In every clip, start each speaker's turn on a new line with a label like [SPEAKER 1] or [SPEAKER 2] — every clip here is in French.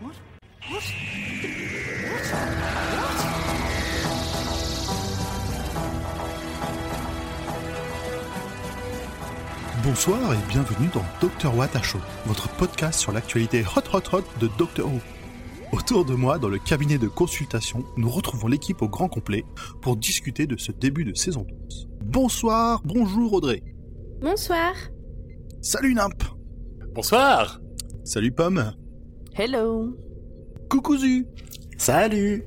[SPEAKER 1] What?
[SPEAKER 2] Bonsoir et bienvenue dans Dr Watt à chaud, votre podcast sur l'actualité hot hot hot de Dr Who. Autour de moi, dans le cabinet de consultation, nous retrouvons l'équipe au grand complet pour discuter de ce début de saison 12. Bonsoir, bonjour Audrey.
[SPEAKER 3] Bonsoir.
[SPEAKER 2] Salut Nimp.
[SPEAKER 4] Bonsoir
[SPEAKER 2] Salut Pomme.
[SPEAKER 5] Hello.
[SPEAKER 2] Coucouzu.
[SPEAKER 6] Salut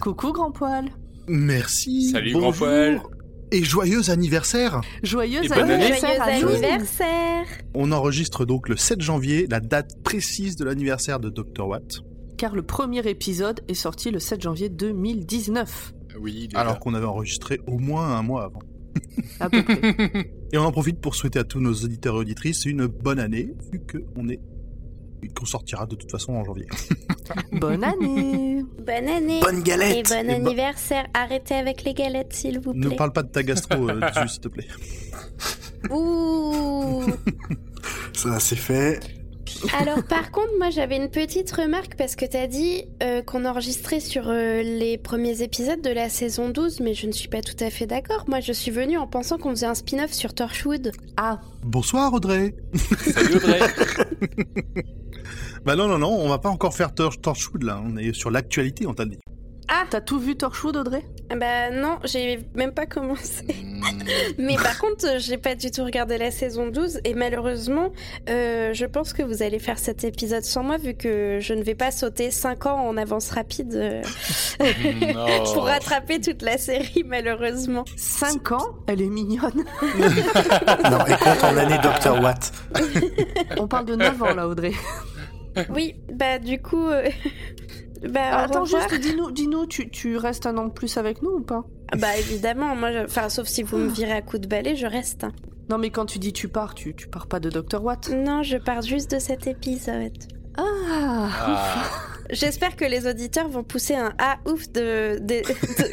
[SPEAKER 5] Coucou grand poil.
[SPEAKER 2] Merci.
[SPEAKER 4] Salut,
[SPEAKER 2] bonjour,
[SPEAKER 4] grand poil.
[SPEAKER 2] Et joyeux anniversaire.
[SPEAKER 5] Joyeux
[SPEAKER 4] Et bonne année.
[SPEAKER 5] anniversaire à
[SPEAKER 3] Joyeux
[SPEAKER 5] nous.
[SPEAKER 3] anniversaire
[SPEAKER 2] On enregistre donc le 7 janvier, la date précise de l'anniversaire de Dr Watt,
[SPEAKER 5] Car le premier épisode est sorti le 7 janvier 2019.
[SPEAKER 4] Oui, il est
[SPEAKER 2] alors
[SPEAKER 4] là.
[SPEAKER 2] qu'on avait enregistré au moins un mois avant.
[SPEAKER 5] À peu près.
[SPEAKER 2] Et on en profite pour souhaiter à tous nos auditeurs et auditrices une bonne année, vu qu'on est qu'on sortira de toute façon en janvier.
[SPEAKER 5] Bonne année.
[SPEAKER 3] Bonne année
[SPEAKER 6] Bonne galette
[SPEAKER 3] Et bon
[SPEAKER 2] Et bo-
[SPEAKER 3] anniversaire Arrêtez avec les galettes, s'il vous
[SPEAKER 2] Ne
[SPEAKER 3] plaît.
[SPEAKER 2] parle pas de ta gastro, euh, Zu, s'il te plaît.
[SPEAKER 3] Ouh
[SPEAKER 6] Ça, c'est fait.
[SPEAKER 3] Alors par contre, moi j'avais une petite remarque parce que t'as dit euh, qu'on enregistrait sur euh, les premiers épisodes de la saison 12, mais je ne suis pas tout à fait d'accord. Moi je suis venue en pensant qu'on faisait un spin-off sur Torchwood.
[SPEAKER 5] Ah,
[SPEAKER 2] Bonsoir Audrey.
[SPEAKER 4] Salut Audrey
[SPEAKER 2] Bah non non non, on va pas encore faire Tor- Torchwood là, on est sur l'actualité, on t'a dit.
[SPEAKER 5] t'as tout vu Torchwood Audrey
[SPEAKER 3] Ah Bah non, j'ai même pas commencé.
[SPEAKER 4] Mm,
[SPEAKER 3] Mais par contre, euh, j'ai pas du tout regardé la saison 12 et malheureusement, euh, je pense que vous allez faire cet épisode sans moi vu que je ne vais pas sauter 5 ans en avance rapide euh,
[SPEAKER 4] Non.
[SPEAKER 3] pour rattraper toute la série malheureusement.
[SPEAKER 5] 5 ans, elle est mignonne.
[SPEAKER 6] Non, et compte en année Dr. Watt.
[SPEAKER 5] On parle de 9 ans là Audrey.
[SPEAKER 3] Oui, bah du coup... euh, bah, au
[SPEAKER 5] Attends
[SPEAKER 3] revoir.
[SPEAKER 5] juste, dis-nous, dis-nous tu, tu restes un an de plus avec nous ou pas
[SPEAKER 3] Ah Bah évidemment, moi, je- enfin sauf si vous
[SPEAKER 5] Oh.
[SPEAKER 3] me virez à coup de balai, je reste. hein.
[SPEAKER 5] Non mais quand tu dis tu pars, tu, tu pars pas de Dr Watt.
[SPEAKER 3] Non, je pars juste de cet épisode.
[SPEAKER 5] Ah,
[SPEAKER 4] Ah,
[SPEAKER 3] J'espère que les auditeurs vont pousser un ah ouf de, de-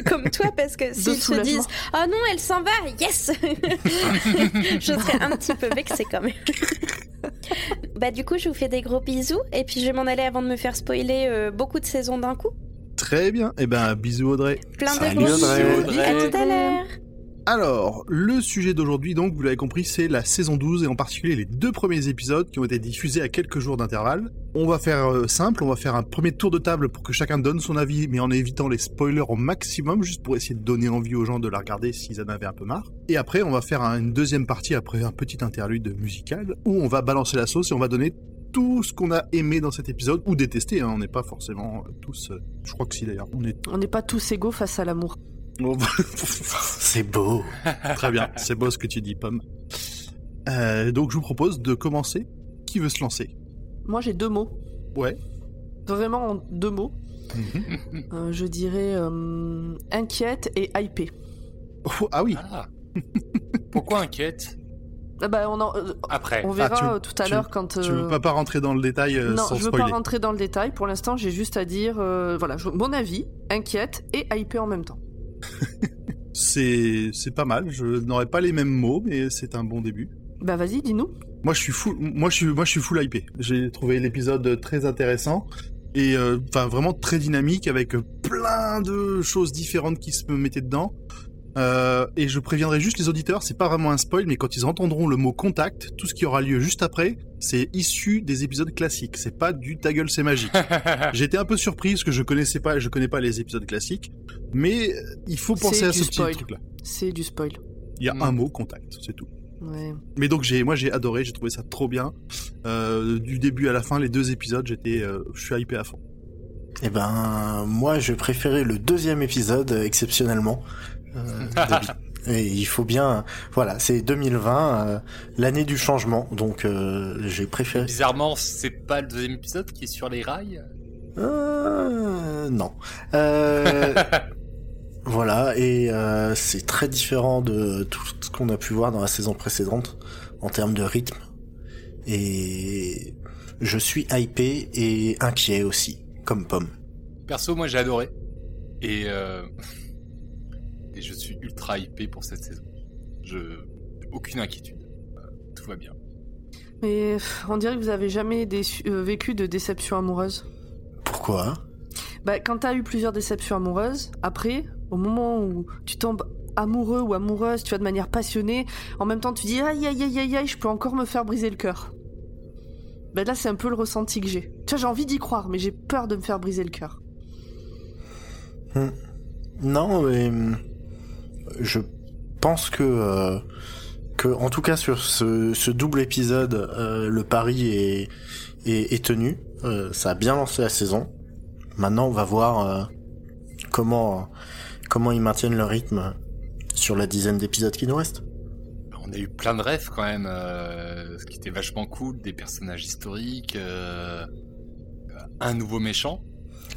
[SPEAKER 3] de- comme toi parce que
[SPEAKER 5] de
[SPEAKER 3] s'ils se
[SPEAKER 5] soulagement.
[SPEAKER 3] disent oh non elle s'en va yes je serais un petit peu vexée quand même. bah du coup je vous fais des gros bisous et puis je vais m'en aller avant de me faire spoiler euh, beaucoup de saisons d'un coup.
[SPEAKER 2] Très bien. Eh ben bisous Audrey.
[SPEAKER 3] Plein
[SPEAKER 6] Salut,
[SPEAKER 3] de gros
[SPEAKER 6] Audrey.
[SPEAKER 3] bisous. À
[SPEAKER 4] Audrey.
[SPEAKER 3] tout à l'heure.
[SPEAKER 2] Alors, le sujet d'aujourd'hui, donc, vous l'avez compris, c'est la saison 12 et en particulier les deux premiers épisodes qui ont été diffusés à quelques jours d'intervalle. On va faire euh, simple, on va faire un premier tour de table pour que chacun donne son avis, mais en évitant les spoilers au maximum, juste pour essayer de donner envie aux gens de la regarder s'ils en avaient un peu marre. Et après, on va faire un- une deuxième partie après un petit interlude musical où on va balancer la sauce et on va donner tout ce qu'on a aimé dans cet épisode ou détesté. hein, on n'est pas forcément euh, tous. euh, je crois que si d'ailleurs, on est.
[SPEAKER 5] On n'est pas tous égaux face à l'amour.
[SPEAKER 6] C'est beau.
[SPEAKER 2] Très bien, c'est beau ce que tu dis, Pomme. Euh, donc je vous propose de commencer. Qui veut se lancer
[SPEAKER 5] Moi j'ai deux mots.
[SPEAKER 2] Ouais.
[SPEAKER 5] Vraiment en deux mots.
[SPEAKER 6] Mm-hmm.
[SPEAKER 5] Euh, je dirais euh, inquiète et hypée.
[SPEAKER 2] Oh, Ah oui,
[SPEAKER 4] Ah. Pourquoi inquiète
[SPEAKER 5] Ah bah, on, en- euh,
[SPEAKER 4] Après.
[SPEAKER 5] on verra
[SPEAKER 2] Ah, tu-
[SPEAKER 5] euh, tout à
[SPEAKER 2] tu-
[SPEAKER 5] l'heure quand.
[SPEAKER 2] tu
[SPEAKER 5] euh,
[SPEAKER 2] veux pas, pas rentrer dans le détail euh,
[SPEAKER 5] non,
[SPEAKER 2] sans
[SPEAKER 5] je veux
[SPEAKER 2] spoiler.
[SPEAKER 5] pas rentrer dans le détail. Pour l'instant, j'ai juste à dire, euh, voilà, je- mon avis, inquiète et hypée en même temps.
[SPEAKER 2] C'est c'est pas mal. Je n'aurais pas les mêmes mots, mais c'est un bon début.
[SPEAKER 5] Bah vas-y, dis-nous.
[SPEAKER 2] Moi je suis full, moi je suis, moi je suis full hypé. J'ai trouvé l'épisode très intéressant et euh, enfin vraiment très dynamique avec plein de choses différentes qui se mettaient dedans. Euh, et je préviendrai juste les auditeurs, c'est pas vraiment un spoil, mais quand ils entendront le mot contact, tout ce qui aura lieu juste après, c'est issu des épisodes classiques. C'est pas du ta gueule c'est magique. J'étais un peu surpris parce que je connaissais pas, je connais pas les épisodes classiques, mais euh, il faut penser
[SPEAKER 5] C'est
[SPEAKER 2] à
[SPEAKER 5] du
[SPEAKER 2] ce petit
[SPEAKER 5] spoil.
[SPEAKER 2] truc-là.
[SPEAKER 5] C'est du spoil.
[SPEAKER 2] Il y a
[SPEAKER 4] Mm.
[SPEAKER 2] un mot contact, c'est tout.
[SPEAKER 5] Ouais.
[SPEAKER 2] Mais donc j'ai, moi j'ai adoré, j'ai trouvé ça trop bien. Euh, du début à la fin, les deux épisodes, j'étais, euh, je suis hypé à fond.
[SPEAKER 6] Eh ben, moi, je préférais le deuxième épisode, euh, exceptionnellement. Euh, d'habi- Et il faut bien... Voilà, c'est 2020, euh, l'année du changement, donc euh, j'ai préféré...
[SPEAKER 4] Bizarrement, c'est pas le deuxième épisode qui est sur les rails.
[SPEAKER 6] Euh, non. Euh, voilà, et euh, c'est très différent de tout ce qu'on a pu voir dans la saison précédente en termes de rythme. Et je suis hypé et inquiet aussi, comme Pomme.
[SPEAKER 4] Perso, moi j'ai adoré. Et, euh, et je suis ultra hypé pour cette saison. Je... Aucune inquiétude. Euh, Tout va bien.
[SPEAKER 5] Mais pff, on dirait que vous avez jamais déçu- euh, vécu de déception amoureuse.
[SPEAKER 6] Pourquoi
[SPEAKER 5] Bah, quand t'as eu plusieurs déceptions amoureuses, après, au moment où tu tombes amoureux ou amoureuse, tu vois, de manière passionnée, en même temps tu dis aïe aïe aïe aïe aïe, je peux encore me faire briser le cœur. Bah là, c'est un peu le ressenti que j'ai. Tu vois, j'ai envie d'y croire, mais j'ai peur de me faire briser le cœur.
[SPEAKER 6] Non, mais hum, je pense que, euh, que en tout cas sur ce, ce double épisode, euh, le pari est, est, est tenu. Euh, ça a bien lancé la saison. Maintenant, on va voir euh, comment comment ils maintiennent le rythme sur la dizaine d'épisodes qui nous restent.
[SPEAKER 4] On a eu plein de rêves quand même, euh, ce qui était vachement cool, des personnages historiques, euh, un nouveau méchant.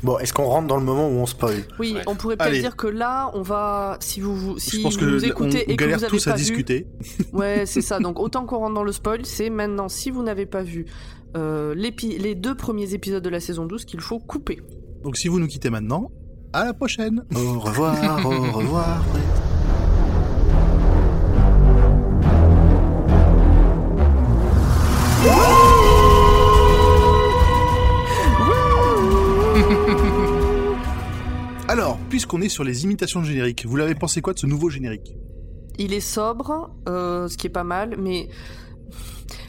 [SPEAKER 6] Bon, est-ce qu'on rentre dans le moment où on spoil
[SPEAKER 5] Oui,
[SPEAKER 4] Ouais.
[SPEAKER 5] on pourrait peut-être
[SPEAKER 2] Allez.
[SPEAKER 5] dire que là, on va, si vous, vous- si
[SPEAKER 2] je pense
[SPEAKER 5] vous
[SPEAKER 2] que
[SPEAKER 5] nous
[SPEAKER 2] l- on,
[SPEAKER 5] écoutez
[SPEAKER 2] on
[SPEAKER 5] et que
[SPEAKER 2] galère
[SPEAKER 5] vous avez
[SPEAKER 2] tous à
[SPEAKER 5] pas vu-
[SPEAKER 2] discuter.
[SPEAKER 5] Ouais, c'est ça. Donc autant qu'on rentre dans le spoil, c'est maintenant, si vous n'avez pas vu euh, l'épi- les deux premiers épisodes de la saison 12, qu'il faut couper.
[SPEAKER 2] Donc si vous nous quittez maintenant, à la prochaine.
[SPEAKER 6] Au revoir, au revoir.
[SPEAKER 2] Alors, puisqu'on est sur les imitations de générique, vous l'avez pensé quoi de ce nouveau générique
[SPEAKER 5] Il est sobre, euh, ce qui est pas mal, mais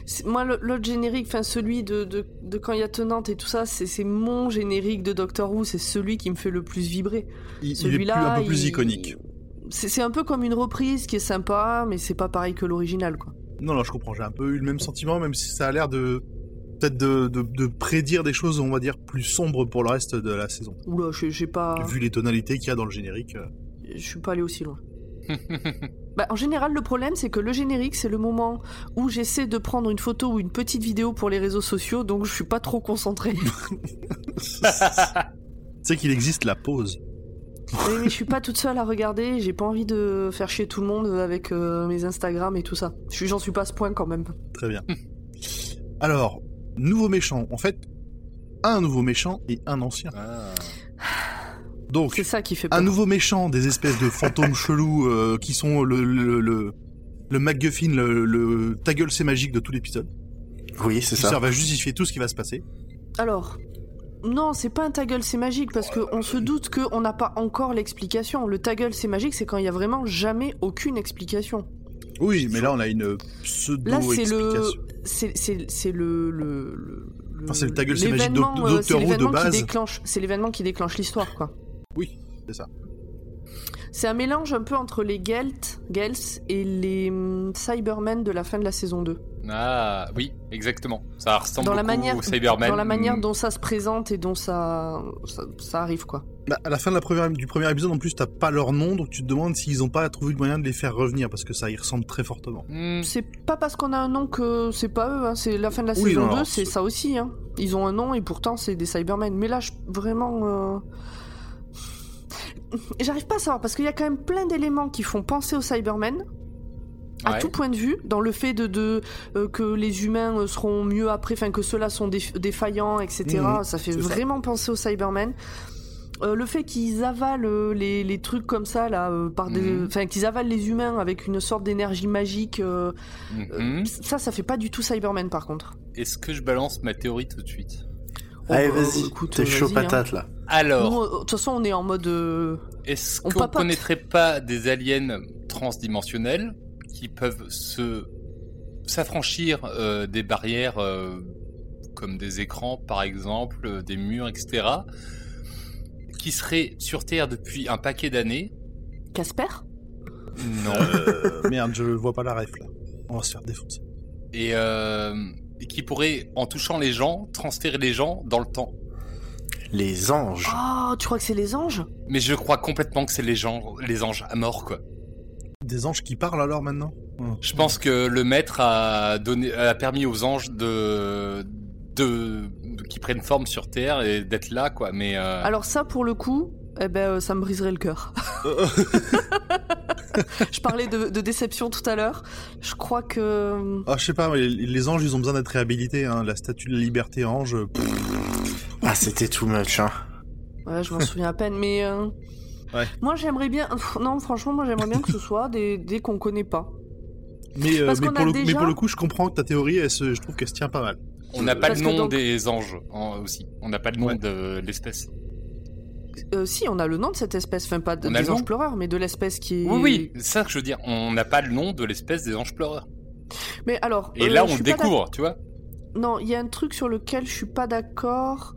[SPEAKER 5] c'est- moi le- l'autre générique, enfin celui de, de, de quand il y a tenante et tout ça, c'est c'est mon générique de Doctor Who, c'est celui qui me fait le plus vibrer.
[SPEAKER 2] il, il est plus,
[SPEAKER 5] Celui-là,
[SPEAKER 2] un peu plus
[SPEAKER 5] il-
[SPEAKER 2] iconique.
[SPEAKER 5] C'est c'est un peu comme une reprise qui est sympa, mais c'est pas pareil que l'original quoi.
[SPEAKER 2] Non, non, je comprends. J'ai un peu eu le même sentiment, même si ça a l'air de peut-être de, de- de prédire des choses, on va dire, plus sombres pour le reste de la saison.
[SPEAKER 5] Oula, je- j'ai pas,
[SPEAKER 2] Vu les tonalités qu'il y a dans le générique. euh.
[SPEAKER 5] je suis pas allé aussi loin. Bah, en général, le problème, c'est que le générique, c'est le moment où j'essaie de prendre une photo ou une petite vidéo pour les réseaux sociaux, donc je suis pas trop concentrée.
[SPEAKER 2] C'est qu'il existe la pause.
[SPEAKER 5] Oui, mais je suis pas toute seule à regarder, j'ai pas envie de faire chier tout le monde avec euh, mes Instagram et tout ça. Je suis- J'en suis pas à ce point quand même.
[SPEAKER 2] Très bien. Alors, nouveau méchant. En fait, un nouveau méchant et un ancien.
[SPEAKER 4] Ah.
[SPEAKER 2] Donc,
[SPEAKER 5] C'est ça qui fait peur.
[SPEAKER 2] un nouveau méchant, des espèces de fantômes chelous euh, qui sont le, le, le, le MacGuffin, le, le ta gueule c'est magique de tout l'épisode.
[SPEAKER 6] Oui, c'est
[SPEAKER 2] Qui
[SPEAKER 6] ça.
[SPEAKER 2] servent à justifier tout ce qui va se passer.
[SPEAKER 5] Alors, non, c'est pas un ta gueule, c'est magique, parce qu'on se doute qu'on n'a pas encore l'explication. Le ta gueule, c'est magique, c'est quand il y a vraiment jamais aucune explication.
[SPEAKER 2] Oui, mais là on a une
[SPEAKER 5] Là, c'est le.
[SPEAKER 2] pseudo-explication.
[SPEAKER 5] C'est c'est- c'est le. le, le- le-
[SPEAKER 2] Enfin, c'est le ta gueule, c'est magique
[SPEAKER 5] l'événement,
[SPEAKER 2] d'Oc-
[SPEAKER 5] euh,
[SPEAKER 2] d'Octeur
[SPEAKER 5] c'est
[SPEAKER 2] Who de
[SPEAKER 5] l'événement qui
[SPEAKER 2] base.
[SPEAKER 5] déclenche- C'est l'événement qui déclenche l'histoire, quoi.
[SPEAKER 2] Oui, c'est ça.
[SPEAKER 5] C'est un mélange un peu entre les Gelt, Gels et les hum, Cybermen de la fin de la saison 2.
[SPEAKER 4] Ah, oui, exactement. Ça ressemble
[SPEAKER 5] Dans la
[SPEAKER 4] beaucoup
[SPEAKER 5] manière-
[SPEAKER 4] au Cyberman.
[SPEAKER 5] Dans la manière
[SPEAKER 4] Mm.
[SPEAKER 5] dont ça se présente et dont ça, ça, ça arrive, quoi.
[SPEAKER 2] Bah, à la fin de la première, du premier épisode, en plus, t'as pas leur nom, donc tu te demandes s'ils ont pas trouvé le moyen de les faire revenir, parce que ça y ressemble très fortement.
[SPEAKER 4] Mm.
[SPEAKER 5] C'est pas parce qu'on a un nom que c'est pas eux, hein. c'est la fin de la
[SPEAKER 2] Oui,
[SPEAKER 5] saison
[SPEAKER 2] non, non,
[SPEAKER 5] 2, c'est
[SPEAKER 2] c'est-
[SPEAKER 5] ça aussi. Hein. Ils ont un nom et pourtant c'est des Cybermen. Mais là, je- vraiment. euh, J'arrive pas à savoir parce qu'il y a quand même plein d'éléments qui font penser aux Cybermen. à
[SPEAKER 4] Ouais.
[SPEAKER 5] tout point de vue, dans le fait de, de euh, que les humains euh, seront mieux après, enfin que ceux-là sont déf- défaillants, etc.
[SPEAKER 2] Mhm,
[SPEAKER 5] ça fait
[SPEAKER 2] c'est ça.
[SPEAKER 5] vraiment penser aux Cybermen. Euh, le fait qu'ils avalent euh, les, les trucs comme ça là, euh, par des,
[SPEAKER 2] Mmh.
[SPEAKER 4] Mhm.
[SPEAKER 5] enfin qu'ils avalent les humains avec une sorte d'énergie magique, euh,
[SPEAKER 4] Mhm.
[SPEAKER 5] ça, ça fait pas du tout Cybermen par contre.
[SPEAKER 4] Est-ce que je balance ma théorie tout de suite
[SPEAKER 6] Allez,
[SPEAKER 5] Oh, bah,
[SPEAKER 6] vas-y,
[SPEAKER 5] écoute,
[SPEAKER 6] t'es
[SPEAKER 5] euh,
[SPEAKER 6] chaud
[SPEAKER 5] vas-y, hein.
[SPEAKER 6] patate là.
[SPEAKER 4] Alors,
[SPEAKER 5] Nous, euh, de toute façon, on est en mode. euh,
[SPEAKER 4] est-ce
[SPEAKER 5] on
[SPEAKER 4] qu'on
[SPEAKER 5] papote.
[SPEAKER 4] connaîtrait pas des aliens transdimensionnels qui peuvent se s'affranchir euh, des barrières euh, comme des écrans par exemple, euh, des murs, etc. qui seraient sur Terre depuis un paquet d'années
[SPEAKER 5] Casper
[SPEAKER 4] Non.
[SPEAKER 2] Euh, Merde, je vois pas la ref, là. On va se faire défoncer.
[SPEAKER 4] et, euh, et qui pourraient, en touchant les gens, transférer les gens dans le temps.
[SPEAKER 6] Les anges.
[SPEAKER 5] Oh, tu crois que c'est les anges
[SPEAKER 4] Mais je crois complètement que c'est les gens, les anges à mort, quoi.
[SPEAKER 2] Des anges qui parlent, alors, maintenant
[SPEAKER 4] Je pense que le maître a donné, a permis aux anges de, de, de- qui prennent forme sur Terre et d'être là, quoi. Mais euh,
[SPEAKER 5] Alors ça, pour le coup, eh ben, euh, ça me briserait le cœur. je parlais de, de déception tout à l'heure. Je crois que... euh,
[SPEAKER 2] Ah, je sais pas, les, les anges, ils ont besoin d'être réhabilités, hein. La statue de la liberté ange, pff,
[SPEAKER 6] Ah, c'était too much, hein.
[SPEAKER 5] Ouais, je m'en souviens à peine, mais... euh,
[SPEAKER 2] Ouais.
[SPEAKER 5] Moi, j'aimerais bien... Pff, Non, franchement, moi, j'aimerais bien que ce soit des, des qu'on connaît pas.
[SPEAKER 2] Mais, euh,
[SPEAKER 5] Parce
[SPEAKER 2] mais
[SPEAKER 5] qu'on
[SPEAKER 2] pour
[SPEAKER 5] a
[SPEAKER 2] le,
[SPEAKER 5] déjà-
[SPEAKER 2] mais pour le coup, je comprends que ta théorie, elle se- je trouve qu'elle se tient pas mal.
[SPEAKER 4] On n'a pas
[SPEAKER 5] Parce
[SPEAKER 4] le
[SPEAKER 5] que
[SPEAKER 4] nom
[SPEAKER 5] donc-
[SPEAKER 4] des anges hein, aussi. On n'a pas le nom
[SPEAKER 2] Ouais.
[SPEAKER 4] de l'espèce.
[SPEAKER 5] Euh, si, on a le nom de cette espèce, enfin pas de,
[SPEAKER 4] On a
[SPEAKER 5] des
[SPEAKER 4] le nom.
[SPEAKER 5] anges pleureurs, mais de l'espèce qui.
[SPEAKER 4] Oui, oui, c'est ça que je veux dire. On n'a pas le nom de l'espèce des anges pleureurs.
[SPEAKER 5] Mais alors.
[SPEAKER 4] Et
[SPEAKER 5] euh,
[SPEAKER 4] là,
[SPEAKER 5] je
[SPEAKER 4] on
[SPEAKER 5] suis pas
[SPEAKER 4] découvre, tu vois.
[SPEAKER 5] Non, il y a un truc sur lequel je suis pas d'accord.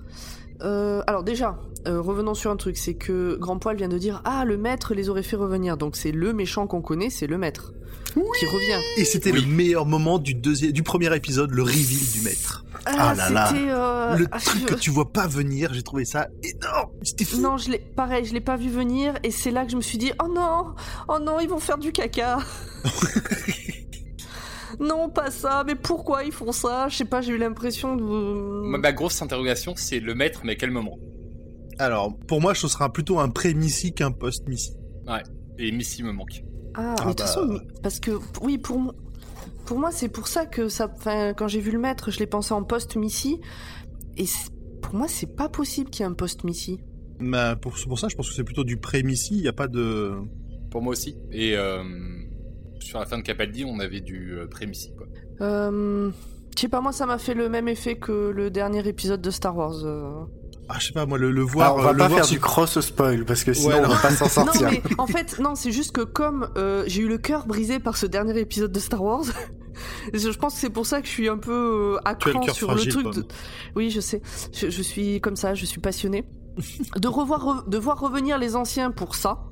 [SPEAKER 5] Euh, alors déjà, euh, revenons sur un truc, c'est que Grand Poil vient de dire ah le maître les aurait fait revenir, donc c'est le méchant qu'on connaît, c'est le maître qui revient.
[SPEAKER 2] Et c'était
[SPEAKER 4] Oui.
[SPEAKER 2] le meilleur moment du, deuxième, du premier épisode, le reveal du maître.
[SPEAKER 5] Ah,
[SPEAKER 6] Ah là là.
[SPEAKER 5] c'était. euh,
[SPEAKER 2] le
[SPEAKER 5] ah,
[SPEAKER 2] truc
[SPEAKER 5] je-
[SPEAKER 2] que tu vois pas venir, j'ai trouvé ça énorme. C'était fou.
[SPEAKER 5] Non, je l'ai, pareil, je l'ai pas vu venir, et c'est là que je me suis dit, oh non, oh non, ils vont faire du caca. non, pas ça, mais pourquoi ils font ça Je sais pas, j'ai eu l'impression de.
[SPEAKER 4] Ma, ma grosse interrogation, c'est le maître, mais à quel moment
[SPEAKER 2] Alors, pour moi, ce sera plutôt un pré-Missy qu'un post-Missy.
[SPEAKER 4] Et Missy me manque.
[SPEAKER 5] Ah,
[SPEAKER 2] Ah
[SPEAKER 5] mais de toute
[SPEAKER 2] bah.
[SPEAKER 5] façon, mais- parce que oui, pour moi, pour moi, c'est pour ça que ça. Enfin, quand j'ai vu le maître, je l'ai pensé en post Missy, et c'est- pour moi, c'est pas possible qu'il y ait un post Missy.
[SPEAKER 2] Bah, pour, pour ça, je pense que c'est plutôt du pré-Missy, il n'y a pas de...
[SPEAKER 4] Pour moi aussi. Et euh, sur la fin de Capaldi, on avait du euh, pré-Missy, quoi.
[SPEAKER 5] Euh, je sais pas, moi, ça m'a fait le même effet que le dernier épisode de Star Wars. euh.
[SPEAKER 2] Ah, je sais pas, moi, le, le voir...
[SPEAKER 6] Alors, Bah, on va
[SPEAKER 2] le
[SPEAKER 6] pas
[SPEAKER 2] voir
[SPEAKER 6] faire
[SPEAKER 2] se-
[SPEAKER 6] du cross spoil parce que sinon
[SPEAKER 2] Ouais,
[SPEAKER 6] on va pas s'en
[SPEAKER 5] Non,
[SPEAKER 6] sortir.
[SPEAKER 5] mais en fait, non, c'est juste que comme euh, j'ai eu le cœur brisé par ce dernier épisode de Star Wars, je je pense que c'est pour ça que je suis un peu euh, à
[SPEAKER 2] Tu as le
[SPEAKER 5] cran
[SPEAKER 2] cœur
[SPEAKER 5] sur
[SPEAKER 2] fragile,
[SPEAKER 5] le truc. de- Oui, je sais. Je, je suis comme ça, je suis passionnée. de revoir, re- de voir revenir les anciens pour ça.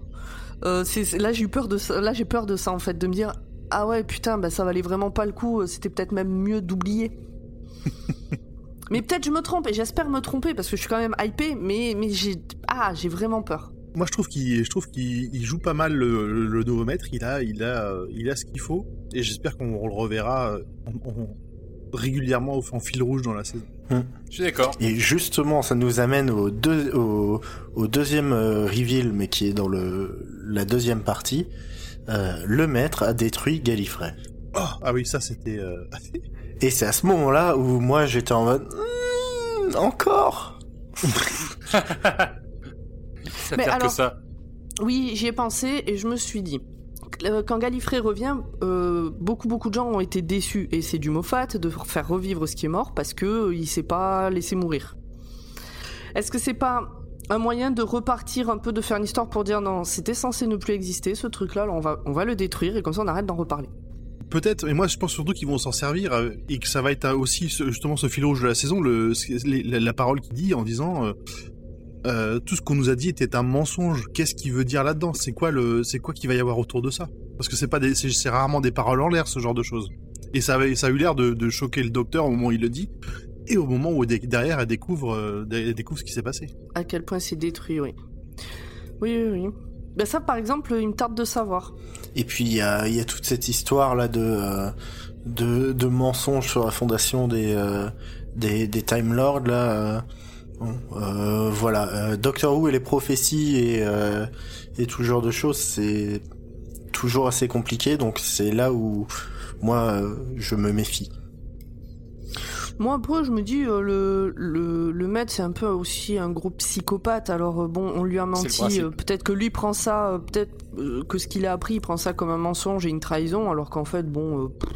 [SPEAKER 5] euh, c'est- c'est- là, j'ai eu peur de ça. Là, j'ai peur de ça en fait, de me dire ah ouais putain, bah ça valait vraiment pas le coup. euh, C'était peut-être même mieux d'oublier. mais peut-être je me trompe et j'espère me tromper parce que je suis quand même hypée. Mais mais j'ai ah j'ai vraiment peur.
[SPEAKER 2] Moi, je trouve qu'il, je trouve qu'il il joue pas mal le, le nouveau maître. Il a, il a, euh, il a ce qu'il faut. Et j'espère qu'on le reverra euh, en- en- régulièrement au- en fil rouge dans la saison.
[SPEAKER 4] Je suis d'accord.
[SPEAKER 6] Et justement, ça nous amène au, deux, au, au deuxième euh, reveal, mais qui est dans le, la deuxième partie. Euh, le maître a détruit Gallifrey.
[SPEAKER 2] Ah, ah oui, ça c'était. euh,
[SPEAKER 6] Et c'est à ce moment-là où moi j'étais en mode Hmm, encore.
[SPEAKER 4] Ça
[SPEAKER 5] Mais
[SPEAKER 4] perd
[SPEAKER 5] alors-
[SPEAKER 4] que ça.
[SPEAKER 5] Oui, j'y ai pensé et je me suis dit. euh, Quand Gallifrey revient, euh, beaucoup beaucoup de gens ont été déçus et c'est du Moffat de faire revivre ce qui est mort parce que euh, il s'est pas laissé mourir. Est-ce que c'est pas un moyen de repartir un peu, de faire une histoire pour dire non, c'était censé ne plus exister ce truc-là, alors on va on va le détruire et comme ça on arrête d'en reparler.
[SPEAKER 2] Peut-être. Et moi, je pense surtout qu'ils vont s'en servir euh, et que ça va être euh, aussi ce- justement ce fil rouge de la saison. Le, ce- les- la, la parole qu'il dit en disant. euh, euh, tout ce qu'on nous a dit était un mensonge. Qu'est-ce qu'il veut dire là-dedans C'est quoi le, c'est quoi qu'il va y avoir autour de ça Parce que c'est pas, des, c'est, c'est rarement des paroles en l'air ce genre de choses. Et ça, avait- ça a eu l'air de, de choquer le docteur au moment où il le dit et au moment où dé- derrière elle découvre, euh, dé- elle découvre ce qui s'est passé.
[SPEAKER 5] À quel point c'est détruit, oui. Oui, oui, oui. Ben ça par exemple, il me tarde de savoir.
[SPEAKER 6] Et puis il y a, il y a toute cette histoire là de, euh, de de mensonges sur la fondation des euh, des, des Time Lords là. euh, bon, euh, voilà, euh, Doctor Who et les prophéties et euh, et tout ce genre de choses, c'est toujours assez compliqué. Donc c'est là où moi euh, je me méfie.
[SPEAKER 5] Moi, après, je me dis, euh, le, le, le maître, c'est un peu aussi un gros psychopathe. Alors, euh, bon, on lui a
[SPEAKER 4] le
[SPEAKER 5] menti.
[SPEAKER 4] principe.
[SPEAKER 5] euh, peut-être que lui prend ça, euh, peut-être euh, que ce qu'il a appris, il prend ça comme un mensonge et une trahison, alors qu'en fait, bon, euh, pff,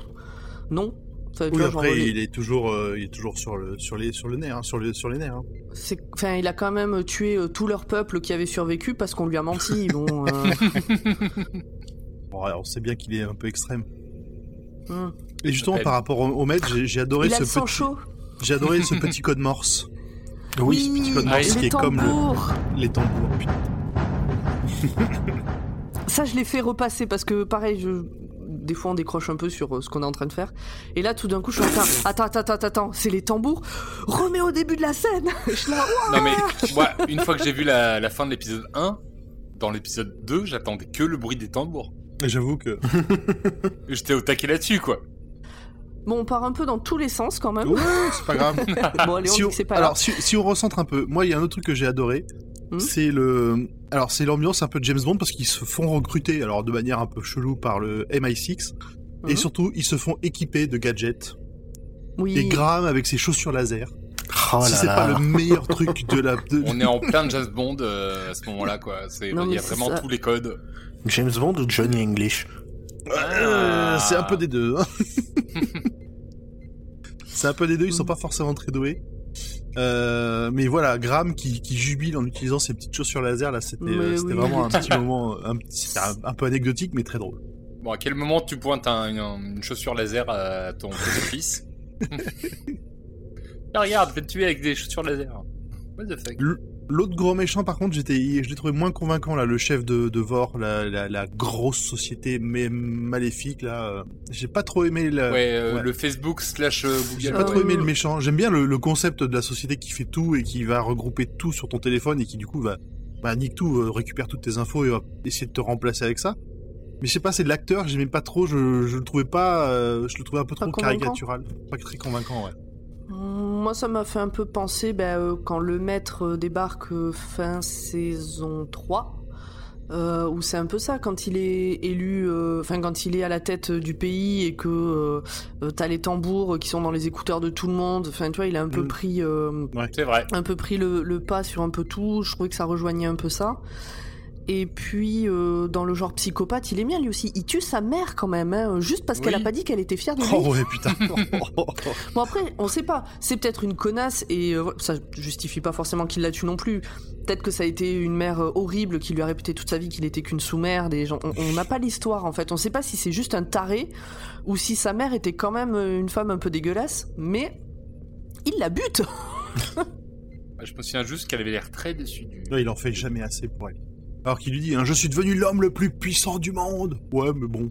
[SPEAKER 5] non. Enfin, tu
[SPEAKER 2] Oui,
[SPEAKER 5] vois, genre,
[SPEAKER 2] après,
[SPEAKER 5] les-
[SPEAKER 2] il est toujours, euh, il est toujours sur le, sur les, sur le nez, hein, sur les, sur les nerfs. hein.
[SPEAKER 5] euh, c'est- enfin, il a quand même tué euh, tout leur peuple qui avait survécu parce qu'on lui a menti. bon, euh,
[SPEAKER 2] Bon, alors, on sait bien qu'il est un peu extrême.
[SPEAKER 5] euh, hmm.
[SPEAKER 2] Et justement,
[SPEAKER 4] Ouais.
[SPEAKER 2] par rapport au, au maître, j'ai, j'ai adoré
[SPEAKER 5] Il a
[SPEAKER 2] ce
[SPEAKER 5] le sang
[SPEAKER 2] petit,
[SPEAKER 5] chaud.
[SPEAKER 2] j'ai adoré ce petit code morse,
[SPEAKER 6] Oui,
[SPEAKER 5] oui, Ah,
[SPEAKER 2] code
[SPEAKER 4] morse
[SPEAKER 5] les
[SPEAKER 2] qui est comme le-
[SPEAKER 5] tambours.
[SPEAKER 2] les tambours. Putain.
[SPEAKER 5] Ça, je l'ai fait repasser parce que, pareil, je... des fois on décroche un peu sur euh, ce qu'on est en train de faire. Et là, tout d'un coup, je suis en train. Attends, attends, attends, attends, c'est les tambours. Remets au début de la scène Je suis là, ouah.
[SPEAKER 4] Non mais moi, une fois que j'ai vu la, la fin de l'épisode 1, dans l'épisode 2, j'attendais que le bruit des tambours.
[SPEAKER 2] Et J'avoue que.
[SPEAKER 4] J'étais au taquet là-dessus, quoi.
[SPEAKER 5] Bon, on part un peu dans tous les sens quand même.
[SPEAKER 2] Ouais, c'est pas grave.
[SPEAKER 5] Bon, Ah. allez, on
[SPEAKER 2] Oh. si
[SPEAKER 5] dit
[SPEAKER 2] on,
[SPEAKER 5] que c'est pas
[SPEAKER 2] alors,
[SPEAKER 5] grave.
[SPEAKER 2] si, si on recentre un peu, moi, il y a un autre truc que j'ai adoré.
[SPEAKER 5] Hmm
[SPEAKER 2] C'est le. Alors, c'est l'ambiance un peu de James Bond parce qu'ils se font recruter, alors de manière un peu chelou, par le MI6. Et
[SPEAKER 5] Mhm.
[SPEAKER 2] surtout, ils se font équiper de gadgets.
[SPEAKER 5] Oui.
[SPEAKER 2] Et Graham avec ses chaussures laser.
[SPEAKER 6] oh
[SPEAKER 2] Ah, si
[SPEAKER 6] là
[SPEAKER 2] c'est
[SPEAKER 6] là.
[SPEAKER 2] pas le meilleur truc de la. de-
[SPEAKER 4] On est en plein James Bond euh, à ce moment-là, quoi. C'est-
[SPEAKER 5] Non,
[SPEAKER 4] Il y a
[SPEAKER 5] mais c'est
[SPEAKER 4] vraiment
[SPEAKER 5] ça.
[SPEAKER 4] tous les codes.
[SPEAKER 6] James Bond ou Johnny English
[SPEAKER 2] Euh,
[SPEAKER 4] Ah.
[SPEAKER 2] c'est un peu des deux. hein. C'est un peu des deux, ils sont pas forcément très doués. Euh, mais voilà, Graham qui, qui jubile en utilisant ses petites chaussures laser, là, c'était euh,
[SPEAKER 5] Mais
[SPEAKER 2] c'était
[SPEAKER 5] oui.
[SPEAKER 2] vraiment un petit moment, un, petit- c'était un, un peu anecdotique, mais très drôle.
[SPEAKER 4] Bon, à quel moment tu pointes un- une, une chaussure laser à ton fils Ah, Regarde, je vais te tuer avec des chaussures laser. What the fuck
[SPEAKER 2] L'autre gros méchant, par contre, j'étais, je l'ai trouvé moins convaincant, là, le chef de, de Vor, la, la- la grosse société mais maléfique, là. euh, J'ai pas trop aimé la,
[SPEAKER 4] Ouais, euh,
[SPEAKER 2] ouais.
[SPEAKER 4] le Facebook slash euh,
[SPEAKER 2] J'ai
[SPEAKER 4] Google.
[SPEAKER 5] Ah
[SPEAKER 2] pas
[SPEAKER 4] ouais.
[SPEAKER 2] trop aimé le méchant. J'aime bien le, le concept de la société qui fait tout et qui va regrouper tout sur ton téléphone et qui du coup va bah, nique tout, euh, récupère toutes tes infos et va essayer de te remplacer avec ça. Mais je sais pas, c'est de l'acteur, j'aimais pas trop, je, je le trouvais pas, euh, je le trouvais un peu
[SPEAKER 5] Pas
[SPEAKER 2] trop
[SPEAKER 5] convaincant.
[SPEAKER 2] caricatural, pas très convaincant, ouais.
[SPEAKER 5] Moi, ça m'a fait un peu penser bah, euh, quand le maître euh, débarque euh, fin saison 3. euh, où c'est un peu ça, quand il est élu, euh, enfin quand il est à la tête euh, du pays et que euh, euh, t'as les tambours qui sont dans les écouteurs de tout le monde, enfin tu vois, il a un peu
[SPEAKER 2] Mm.
[SPEAKER 5] pris euh,
[SPEAKER 4] C'est vrai.
[SPEAKER 5] un peu pris le, le pas sur un peu tout. Je trouvais que ça rejoignait un peu ça. Et puis, euh, dans le genre psychopathe, il est bien lui aussi. Il tue sa mère quand même, hein, juste parce qu'elle a
[SPEAKER 4] Oui.
[SPEAKER 5] pas dit qu'elle était fière de lui.
[SPEAKER 2] Oh ouais, putain.
[SPEAKER 5] Bon, après, on sait pas. C'est peut-être une connasse et euh, voilà, ça justifie pas forcément qu'il la tue non plus. Peut-être que ça a été une mère euh, horrible qui lui a répété toute sa vie qu'il était qu'une sous-mère. Des gens... on- On n'a pas l'histoire en fait. On sait pas si c'est juste un taré ou si sa mère était quand même euh, une femme un peu dégueulasse, mais il la bute.
[SPEAKER 4] Bah, Je me souviens juste qu'elle avait l'air très déçue du.
[SPEAKER 2] Ouais, il en fait jamais assez pour elle. Alors qu'il lui dit, hein, je suis devenu l'homme le plus puissant du monde. Ouais, mais bon.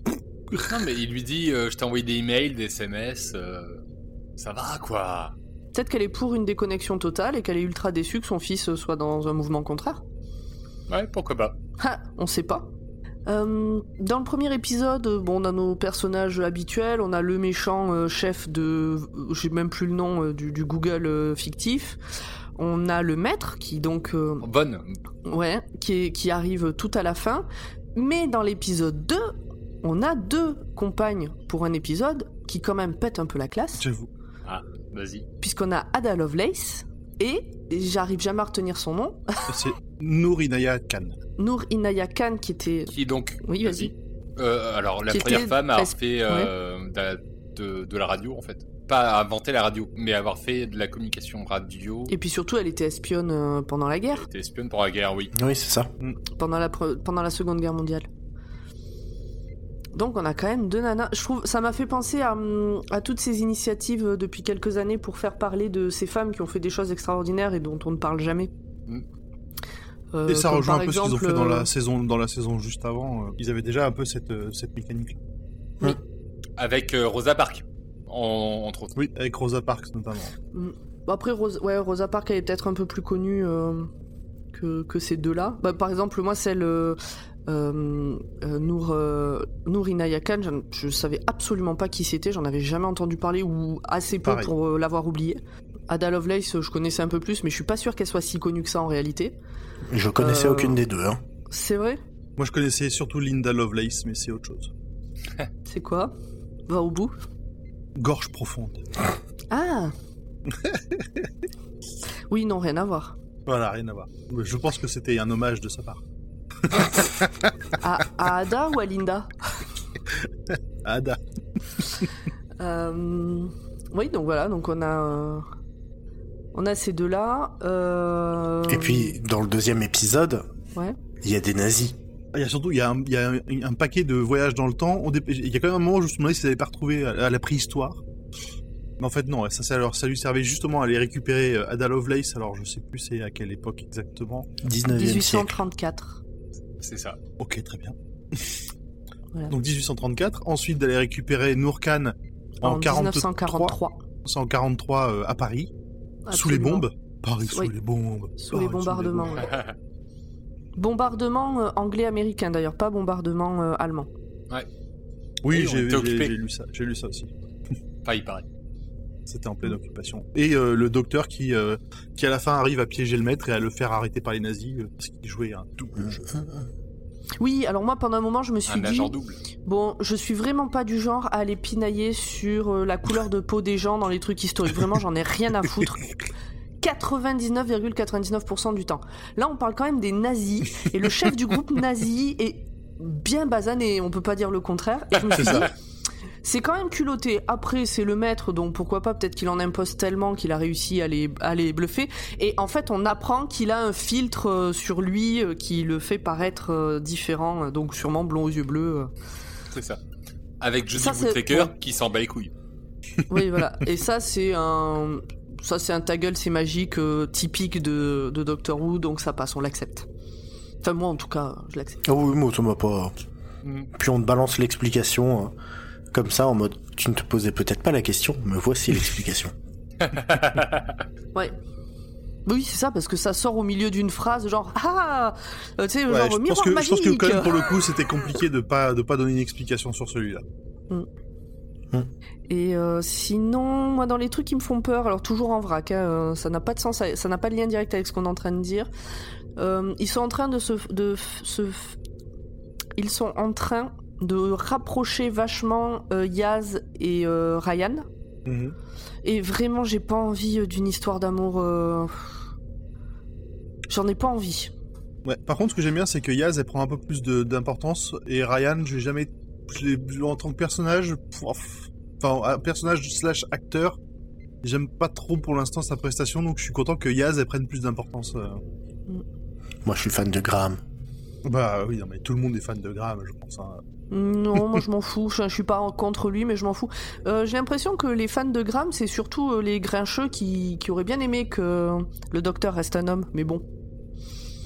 [SPEAKER 4] Non, mais il lui dit euh, Je t'ai envoyé des emails, des SMS. euh, ça va quoi
[SPEAKER 5] Peut-être qu'elle est pour une déconnexion totale et qu'elle est ultra déçue que son fils euh, soit dans un mouvement contraire.
[SPEAKER 4] Ouais, pourquoi pas
[SPEAKER 5] Ah, on sait pas. Euh, dans le premier épisode, euh, bon, on a nos personnages habituels, on a le méchant euh, chef de, euh, j'ai même plus le nom euh, du, du Google euh, fictif. On a le maître qui donc, euh,
[SPEAKER 4] Bonne.
[SPEAKER 5] ouais, qui, est- qui arrive tout à la fin. Mais dans l'épisode 2, on a deux compagnes pour un épisode qui quand même pète un peu la classe
[SPEAKER 2] J'avoue.
[SPEAKER 4] Vas-y.
[SPEAKER 5] puisqu'on a Ada Lovelace et j'arrive jamais à retenir son nom,
[SPEAKER 2] C'est Nourinaya Khan.
[SPEAKER 5] Noor Inaya Khan qui était
[SPEAKER 4] Qui donc
[SPEAKER 5] oui, vas-y.
[SPEAKER 4] Euh, alors, la
[SPEAKER 5] Qui
[SPEAKER 4] première
[SPEAKER 5] était
[SPEAKER 4] femme à avoir
[SPEAKER 5] pres-
[SPEAKER 4] fait euh, de, la- de- de la radio, en fait. Pas à inventer la radio, mais avoir fait de la communication radio.
[SPEAKER 5] Et puis surtout, elle était espionne euh, pendant la
[SPEAKER 4] Elle
[SPEAKER 5] guerre,
[SPEAKER 4] était espionne pour la guerre, oui.
[SPEAKER 6] Oui, c'est ça.
[SPEAKER 5] pendant la pre- pendant la Seconde Guerre mondiale. Donc on a quand même deux nanas. Je trouve ça m'a fait penser à, hum, à toutes ces initiatives euh, depuis quelques années pour faire parler de ces femmes qui ont fait des choses extraordinaires et dont on ne parle jamais.
[SPEAKER 4] Mm.
[SPEAKER 5] Euh,
[SPEAKER 2] Et ça
[SPEAKER 5] comme
[SPEAKER 2] rejoint un
[SPEAKER 5] par
[SPEAKER 2] peu ce qu'ils ont fait
[SPEAKER 5] exemple,
[SPEAKER 2] dans
[SPEAKER 5] euh,
[SPEAKER 2] la saison, dans la saison juste avant. euh, Ils avaient déjà un peu cette, euh, cette mécanique.
[SPEAKER 4] Avec euh, Rosa Parks, en- entre autres.
[SPEAKER 2] Oui, avec Rosa Parks notamment.
[SPEAKER 5] Bah après, Rose- ouais, Rosa Parks, elle est peut-être un peu plus connue euh, que, que ces deux-là. Bah, par exemple, moi, celle euh, euh, euh, Noor, euh, Noor Inaya Khan, j'en- je savais absolument pas qui c'était, j'en avais jamais entendu parler ou assez peu
[SPEAKER 2] Pareil.
[SPEAKER 5] pour euh, l'avoir oubliée. Ada Lovelace, euh, je connaissais un peu plus, mais je suis pas sûr qu'elle soit si connue que ça en réalité.
[SPEAKER 6] Je connaissais
[SPEAKER 5] Euh,
[SPEAKER 6] aucune des deux. Hein.
[SPEAKER 5] C'est vrai
[SPEAKER 2] Moi, je connaissais surtout Linda Lovelace, mais c'est autre chose.
[SPEAKER 5] C'est quoi Va au bout.
[SPEAKER 2] Gorge profonde.
[SPEAKER 5] Ah Oui, non, rien à voir.
[SPEAKER 2] Voilà, rien à voir. Mais Je pense que c'était un hommage de sa part.
[SPEAKER 5] À, à Ada ou à Linda
[SPEAKER 2] Ada.
[SPEAKER 5] Euh, Oui, donc voilà, donc on a, euh, on a ces deux-là. euh,
[SPEAKER 6] Et puis, dans le deuxième épisode,
[SPEAKER 5] Ouais.
[SPEAKER 6] il y a des nazis.
[SPEAKER 2] Il y a surtout il y a un, il y a un, un paquet de voyages dans le temps. On dé- Il y a quand même un moment où je me demandais si n'avaient pas retrouvé à, à la préhistoire. Mais en fait, non, ça, ça, leur, ça lui servait justement à aller récupérer euh, Ada Lovelace. Alors, je sais plus c'est à quelle époque exactement.
[SPEAKER 6] 19e siècle.
[SPEAKER 5] 1834.
[SPEAKER 4] C'est ça.
[SPEAKER 2] Ok, très bien.
[SPEAKER 5] Voilà.
[SPEAKER 2] Donc 1834. Ensuite, d'aller récupérer Noor Khan en,
[SPEAKER 5] En 1943.
[SPEAKER 2] 1943 euh, à Paris. Sous les
[SPEAKER 5] Absolument.
[SPEAKER 2] bombes Paris sous
[SPEAKER 5] Oui.
[SPEAKER 2] les bombes.
[SPEAKER 5] Sous
[SPEAKER 2] Paris
[SPEAKER 5] les bombardements.
[SPEAKER 2] bombes.
[SPEAKER 5] ouais. Bombardement euh, anglais-américain d'ailleurs, pas bombardement euh, allemand.
[SPEAKER 2] Oui,
[SPEAKER 4] Oui, on
[SPEAKER 2] j'ai
[SPEAKER 4] était
[SPEAKER 2] j'ai-
[SPEAKER 4] occupés.
[SPEAKER 2] j'ai lu ça. J'ai lu ça aussi.
[SPEAKER 4] Pas il paraît.
[SPEAKER 2] C'était en
[SPEAKER 5] Mm.
[SPEAKER 2] pleine occupation. Et euh, le docteur qui, euh, qui à la fin arrive à piéger le maître et à le faire arrêter par les nazis euh, parce qu'il jouait un double jeu.
[SPEAKER 5] Oui, alors moi pendant un moment je me suis
[SPEAKER 4] Un
[SPEAKER 5] dit,
[SPEAKER 4] agent double.
[SPEAKER 5] bon, je suis vraiment pas du genre à aller pinailler sur euh, la couleur de peau des gens dans les trucs historiques. Vraiment, j'en ai rien à foutre. 99,99% du temps. Là, on parle quand même des nazis et le chef du groupe nazi est bien basané, on peut pas dire le contraire. Et je me suis
[SPEAKER 2] C'est
[SPEAKER 5] dit,
[SPEAKER 2] ça.
[SPEAKER 5] C'est quand même culotté. Après, c'est le maître, donc pourquoi pas, peut-être qu'il en impose tellement qu'il a réussi à les, à les bluffer. Et en fait, on apprend qu'il a un filtre euh, sur lui euh, qui le fait paraître euh, différent, euh, donc sûrement blond aux yeux bleus. euh.
[SPEAKER 4] C'est ça. Avec Judy
[SPEAKER 5] Ça, c'est-
[SPEAKER 4] Woodpecker
[SPEAKER 5] ouais.
[SPEAKER 4] qui s'en bat les couilles.
[SPEAKER 5] euh. Oui, voilà. Et ça, c'est un. Ça, c'est un ta gueule, c'est magique, euh, typique de, de Doctor Who, donc ça passe, on l'accepte. Enfin, moi, en tout cas, je l'accepte.
[SPEAKER 6] Ah oui, moi, ça m'a pas.
[SPEAKER 4] Mm.
[SPEAKER 6] Puis on te balance l'explication euh, comme ça, en mode tu ne te posais peut-être pas la question, mais voici l'explication.
[SPEAKER 5] Ouais. Oui, c'est ça, parce que ça sort au milieu d'une phrase, genre, ah Euh, Tu sais,
[SPEAKER 2] Ouais,
[SPEAKER 5] genre,
[SPEAKER 2] je, pense
[SPEAKER 5] miroir
[SPEAKER 2] que, je
[SPEAKER 5] magique
[SPEAKER 2] pense que quand même pour le coup c'était compliqué de pas de pas donner une explication sur celui-là.
[SPEAKER 5] Et euh, sinon, moi, dans les trucs qui me font peur, alors toujours en vrac, hein, euh, ça n'a pas de sens, ça ça n'a pas de lien direct avec ce qu'on est en train de dire. Euh, ils sont en train de se, de f- se f- ils sont en train de rapprocher vachement euh, Yaz et euh, Ryan. Mm-hmm. Et vraiment, j'ai pas envie euh, d'une histoire d'amour. euh, J'en ai pas envie.
[SPEAKER 2] Ouais. Par contre, ce que j'aime bien, c'est que Yaz, elle prend un peu plus de- d'importance, et Ryan, j'ai jamais, je l'ai- en tant que personnage, pouf, enfin, un personnage slash acteur, j'aime pas trop pour l'instant sa prestation, donc je suis content que Yaz, elle prenne plus d'importance. euh.
[SPEAKER 6] Moi, je suis fan de Graham.
[SPEAKER 2] Bah oui, non, mais tout le monde est fan de Graham, je pense. hein.
[SPEAKER 5] Non, moi je m'en fous. Je, je suis pas en- contre lui, mais je m'en fous. Euh, J'ai l'impression que les fans de Graham, c'est surtout euh, les grincheux qui, qui auraient bien aimé que le docteur reste un homme. Mais bon.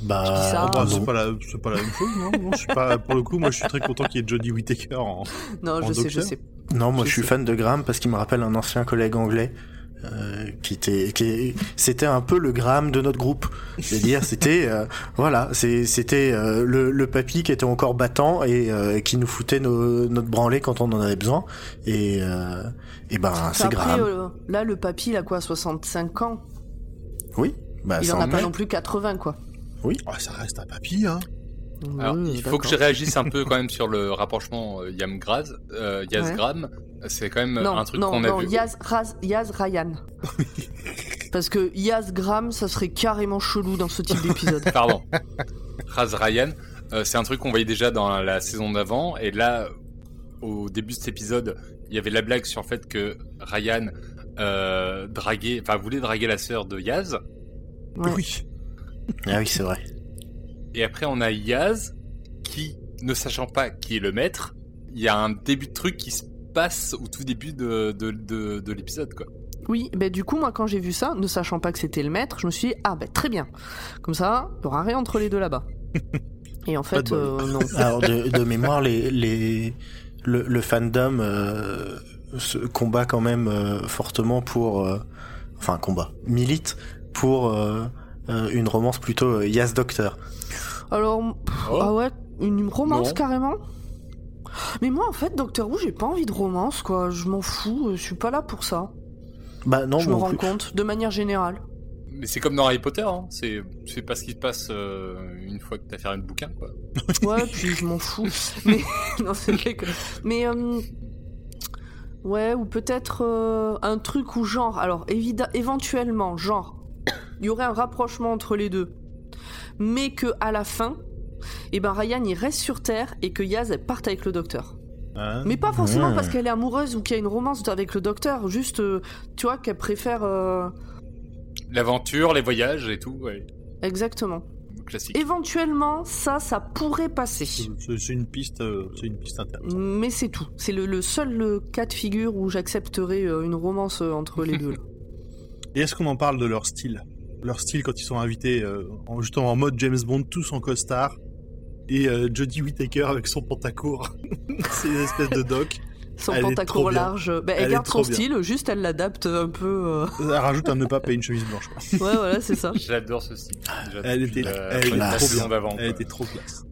[SPEAKER 6] Bah,
[SPEAKER 5] Je dis ça. Ah,
[SPEAKER 2] bah,
[SPEAKER 6] non.
[SPEAKER 2] c'est pas, la- c'est pas la même chose, non, non, je suis pas, pour le coup, moi je suis très content qu'il y ait Jodie Whittaker en. oh,
[SPEAKER 5] Non, je
[SPEAKER 2] En
[SPEAKER 5] sais, je
[SPEAKER 2] docteur
[SPEAKER 5] sais.
[SPEAKER 6] Non, moi
[SPEAKER 5] Je
[SPEAKER 6] je suis
[SPEAKER 5] sais.
[SPEAKER 6] fan de Graham parce qu'il me rappelle un ancien collègue anglais euh, qui était, qui c'était un peu le Graham de notre groupe. C'est-à-dire, c'était, euh, voilà, c'est- c'était euh, le, le papy qui était encore battant et euh, qui nous foutait nos- notre branlée quand on en avait besoin. Et, euh, et ben,
[SPEAKER 5] Enfin,
[SPEAKER 6] c'est
[SPEAKER 5] après,
[SPEAKER 6] Graham.
[SPEAKER 5] euh, là, le papy, il a quoi 65 ans
[SPEAKER 6] Oui, bah,
[SPEAKER 5] Il
[SPEAKER 6] ça
[SPEAKER 5] en a
[SPEAKER 6] en
[SPEAKER 5] pas
[SPEAKER 6] est.
[SPEAKER 5] non plus 80, quoi.
[SPEAKER 2] Ah, ça reste un papy, hein.
[SPEAKER 4] Alors,
[SPEAKER 5] Ouais,
[SPEAKER 4] il faut
[SPEAKER 5] Hmm, d'accord.
[SPEAKER 4] que je réagisse un peu quand même sur le rapprochement euh, Yam Graz, euh, Yaz
[SPEAKER 5] Ouais.
[SPEAKER 4] Gram. C'est quand même euh,
[SPEAKER 5] Non,
[SPEAKER 4] un truc
[SPEAKER 5] non,
[SPEAKER 4] qu'on a
[SPEAKER 5] non,
[SPEAKER 4] vu.
[SPEAKER 5] Yaz, Raz- Yaz Ryan. Parce que Yaz Graham, ça serait carrément chelou dans ce type d'épisode.
[SPEAKER 4] Pardon. Raz Ryan. Euh, c'est un truc qu'on voyait déjà dans la saison d'avant. Et là, au début de cet épisode, il y avait la blague sur le fait que Ryan euh, draguait, enfin, voulait draguer la sœur de Yaz.
[SPEAKER 6] Eh
[SPEAKER 5] Ouais.
[SPEAKER 2] Oui.
[SPEAKER 6] Ah oui, c'est vrai.
[SPEAKER 4] Et après, on a Yaz qui, ne sachant pas qui est le maître, il y a un début de truc qui se passe au tout début de, de, de, de l'épisode, quoi.
[SPEAKER 5] Oui, ben du coup, moi, quand j'ai vu ça, ne sachant pas que c'était le maître, je me suis dit, ah ben très bien. Comme ça, il y aura rien entre les deux là-bas. Et en
[SPEAKER 2] de
[SPEAKER 5] fait,
[SPEAKER 2] bol.
[SPEAKER 5] euh, non.
[SPEAKER 6] Alors de, de mémoire, les, les, le, le fandom euh, se combat quand même euh, fortement pour, euh, enfin combat, milite pour euh, euh, une romance plutôt euh, Yas Doctor.
[SPEAKER 5] Alors, pff,
[SPEAKER 6] Oh.
[SPEAKER 5] ah ouais, une romance
[SPEAKER 4] Non.
[SPEAKER 5] carrément mais moi en fait Docteur Who j'ai pas envie de romance quoi, je m'en fous, euh, je suis pas là pour ça.
[SPEAKER 6] Bah non,
[SPEAKER 5] je me
[SPEAKER 6] moi non
[SPEAKER 5] rends
[SPEAKER 6] plus.
[SPEAKER 5] compte de manière générale.
[SPEAKER 4] Mais c'est comme dans Harry Potter, hein. c'est tu sais pas ce qui se passe euh, une fois que t'as fermé le bouquin. Quoi.
[SPEAKER 5] Ouais, puis je m'en fous. Mais non, c'est vrai que- Mais euh, ouais, ou peut-être euh, un truc où genre, alors évida- éventuellement, genre, il y aurait un rapprochement entre les deux, mais que à la fin, eh ben Ryan il reste sur Terre et que Yaz elle parte avec le Docteur.
[SPEAKER 2] Hein.
[SPEAKER 5] Mais pas forcément
[SPEAKER 6] Mmh.
[SPEAKER 5] parce qu'elle est amoureuse ou qu'il y a une romance avec le Docteur, juste, euh, tu vois, qu'elle préfère euh,
[SPEAKER 4] L'aventure, les voyages et tout, ouais.
[SPEAKER 5] exactement.
[SPEAKER 4] classique.
[SPEAKER 5] Éventuellement, ça, ça pourrait passer.
[SPEAKER 2] C'est c'est une piste, euh, c'est une piste interne.
[SPEAKER 5] Mais c'est tout. C'est le, le seul euh, cas de figure où j'accepterais euh, une romance euh, entre les deux. là.
[SPEAKER 2] Et est-ce qu'on en parle de leur style Leur style quand ils sont invités, euh, en, justement en mode James Bond, tous en costard, et euh, Jodie Whittaker avec son pantacourt. C'est une espèce de doc.
[SPEAKER 5] Son
[SPEAKER 2] Elle est trop
[SPEAKER 5] pantacourt
[SPEAKER 2] bien.
[SPEAKER 5] large. euh, bah, elle,
[SPEAKER 2] Elle est
[SPEAKER 5] garde son
[SPEAKER 2] trop bien.
[SPEAKER 5] style, juste elle l'adapte un peu. euh,
[SPEAKER 2] Elle rajoute un nœud pape et une chemise blanche. quoi.
[SPEAKER 5] Ouais, voilà, c'est ça.
[SPEAKER 4] J'adore ce style. Déjà
[SPEAKER 2] Elle
[SPEAKER 4] depuis
[SPEAKER 2] était-
[SPEAKER 4] la-
[SPEAKER 2] elle
[SPEAKER 4] la
[SPEAKER 2] était
[SPEAKER 6] trop
[SPEAKER 4] saison
[SPEAKER 2] bien.
[SPEAKER 4] d'avant.
[SPEAKER 2] Elle
[SPEAKER 4] quoi.
[SPEAKER 2] était trop classe.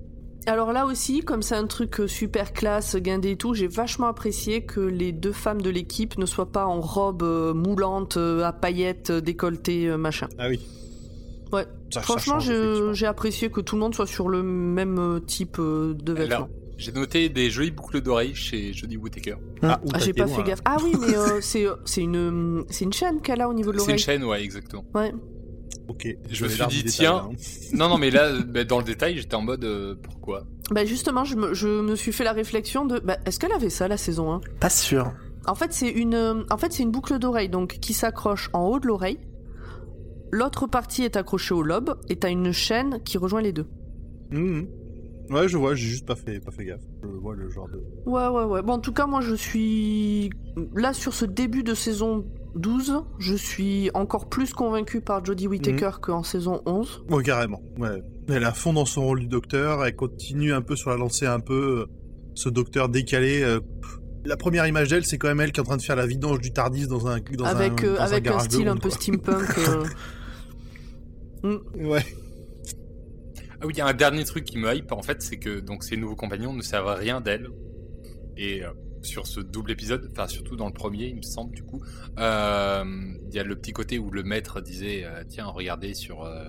[SPEAKER 5] Alors là aussi, comme c'est un truc euh, super classe, guindé et tout, j'ai vachement apprécié que les deux femmes de l'équipe ne soient pas en robe euh, moulante, euh, à paillettes, euh, décolletée, euh, machin.
[SPEAKER 2] Ah oui.
[SPEAKER 5] Ouais.
[SPEAKER 2] Bah, Ça- ça
[SPEAKER 5] Franchement,
[SPEAKER 2] change,
[SPEAKER 5] je-
[SPEAKER 2] effectivement.
[SPEAKER 5] j'ai apprécié que tout le monde soit sur le même euh, type euh, de
[SPEAKER 4] Alors,
[SPEAKER 5] vêtements.
[SPEAKER 4] J'ai noté des jolies boucles d'oreilles chez Jodie Whittaker.
[SPEAKER 2] ou
[SPEAKER 5] Ah, j'ai pas
[SPEAKER 2] t'as été
[SPEAKER 5] fait
[SPEAKER 2] loin,
[SPEAKER 5] gaffe. Ah oui, mais euh, c'est c'est euh, une, c'est une chaîne qu'elle a au niveau de
[SPEAKER 4] C'est une
[SPEAKER 5] l'oreille.
[SPEAKER 4] chaîne, ouais, exactement.
[SPEAKER 5] Ouais.
[SPEAKER 2] là. hein. Ok.
[SPEAKER 4] Je me
[SPEAKER 2] vais
[SPEAKER 4] suis
[SPEAKER 2] l'art
[SPEAKER 4] dit,
[SPEAKER 2] du détail,
[SPEAKER 4] tiens,
[SPEAKER 2] là, hein.
[SPEAKER 4] Non, non, mais là, euh, bah, dans le détail, j'étais en mode euh, pourquoi
[SPEAKER 5] Bah justement, je me, je me suis fait la réflexion de bah, est-ce qu'elle avait ça la saison 1
[SPEAKER 6] Pas sûr.
[SPEAKER 5] En fait, c'est une euh, en fait, c'est une boucle d'oreille donc qui s'accroche en haut de l'oreille. L'autre partie est accrochée au lobe et t'as une chaîne qui rejoint les deux.
[SPEAKER 2] Mhm. Ouais, je vois, j'ai juste pas fait, pas fait gaffe. Je vois le genre de.
[SPEAKER 5] Ouais, ouais, ouais. Bon, en tout cas, moi, je suis. Là, sur ce début de saison 12, je suis encore plus convaincu par Jodie Whittaker
[SPEAKER 2] Mhm.
[SPEAKER 5] qu'en saison 11.
[SPEAKER 2] Ouais, carrément. Ouais. Elle est à fond dans son rôle du docteur, elle continue un peu sur la lancée, un peu euh, ce docteur décalé. euh, La première image d'elle, c'est quand même elle qui est en train de faire la vidange du Tardis dans un dans
[SPEAKER 5] avec
[SPEAKER 2] un,
[SPEAKER 5] euh,
[SPEAKER 2] dans un
[SPEAKER 5] avec un,
[SPEAKER 2] garage de
[SPEAKER 5] style un
[SPEAKER 2] ronde,
[SPEAKER 5] peu steampunk. euh.
[SPEAKER 2] quoi. Ouais.
[SPEAKER 4] Ah oui, il y a un dernier truc qui me hype en fait, c'est que donc ces nouveaux compagnons ne savent rien d'elle. Et euh, sur ce double épisode, enfin surtout dans le premier, il me semble du coup, euh, il y a le petit côté où le maître disait euh, tiens regardez sur euh,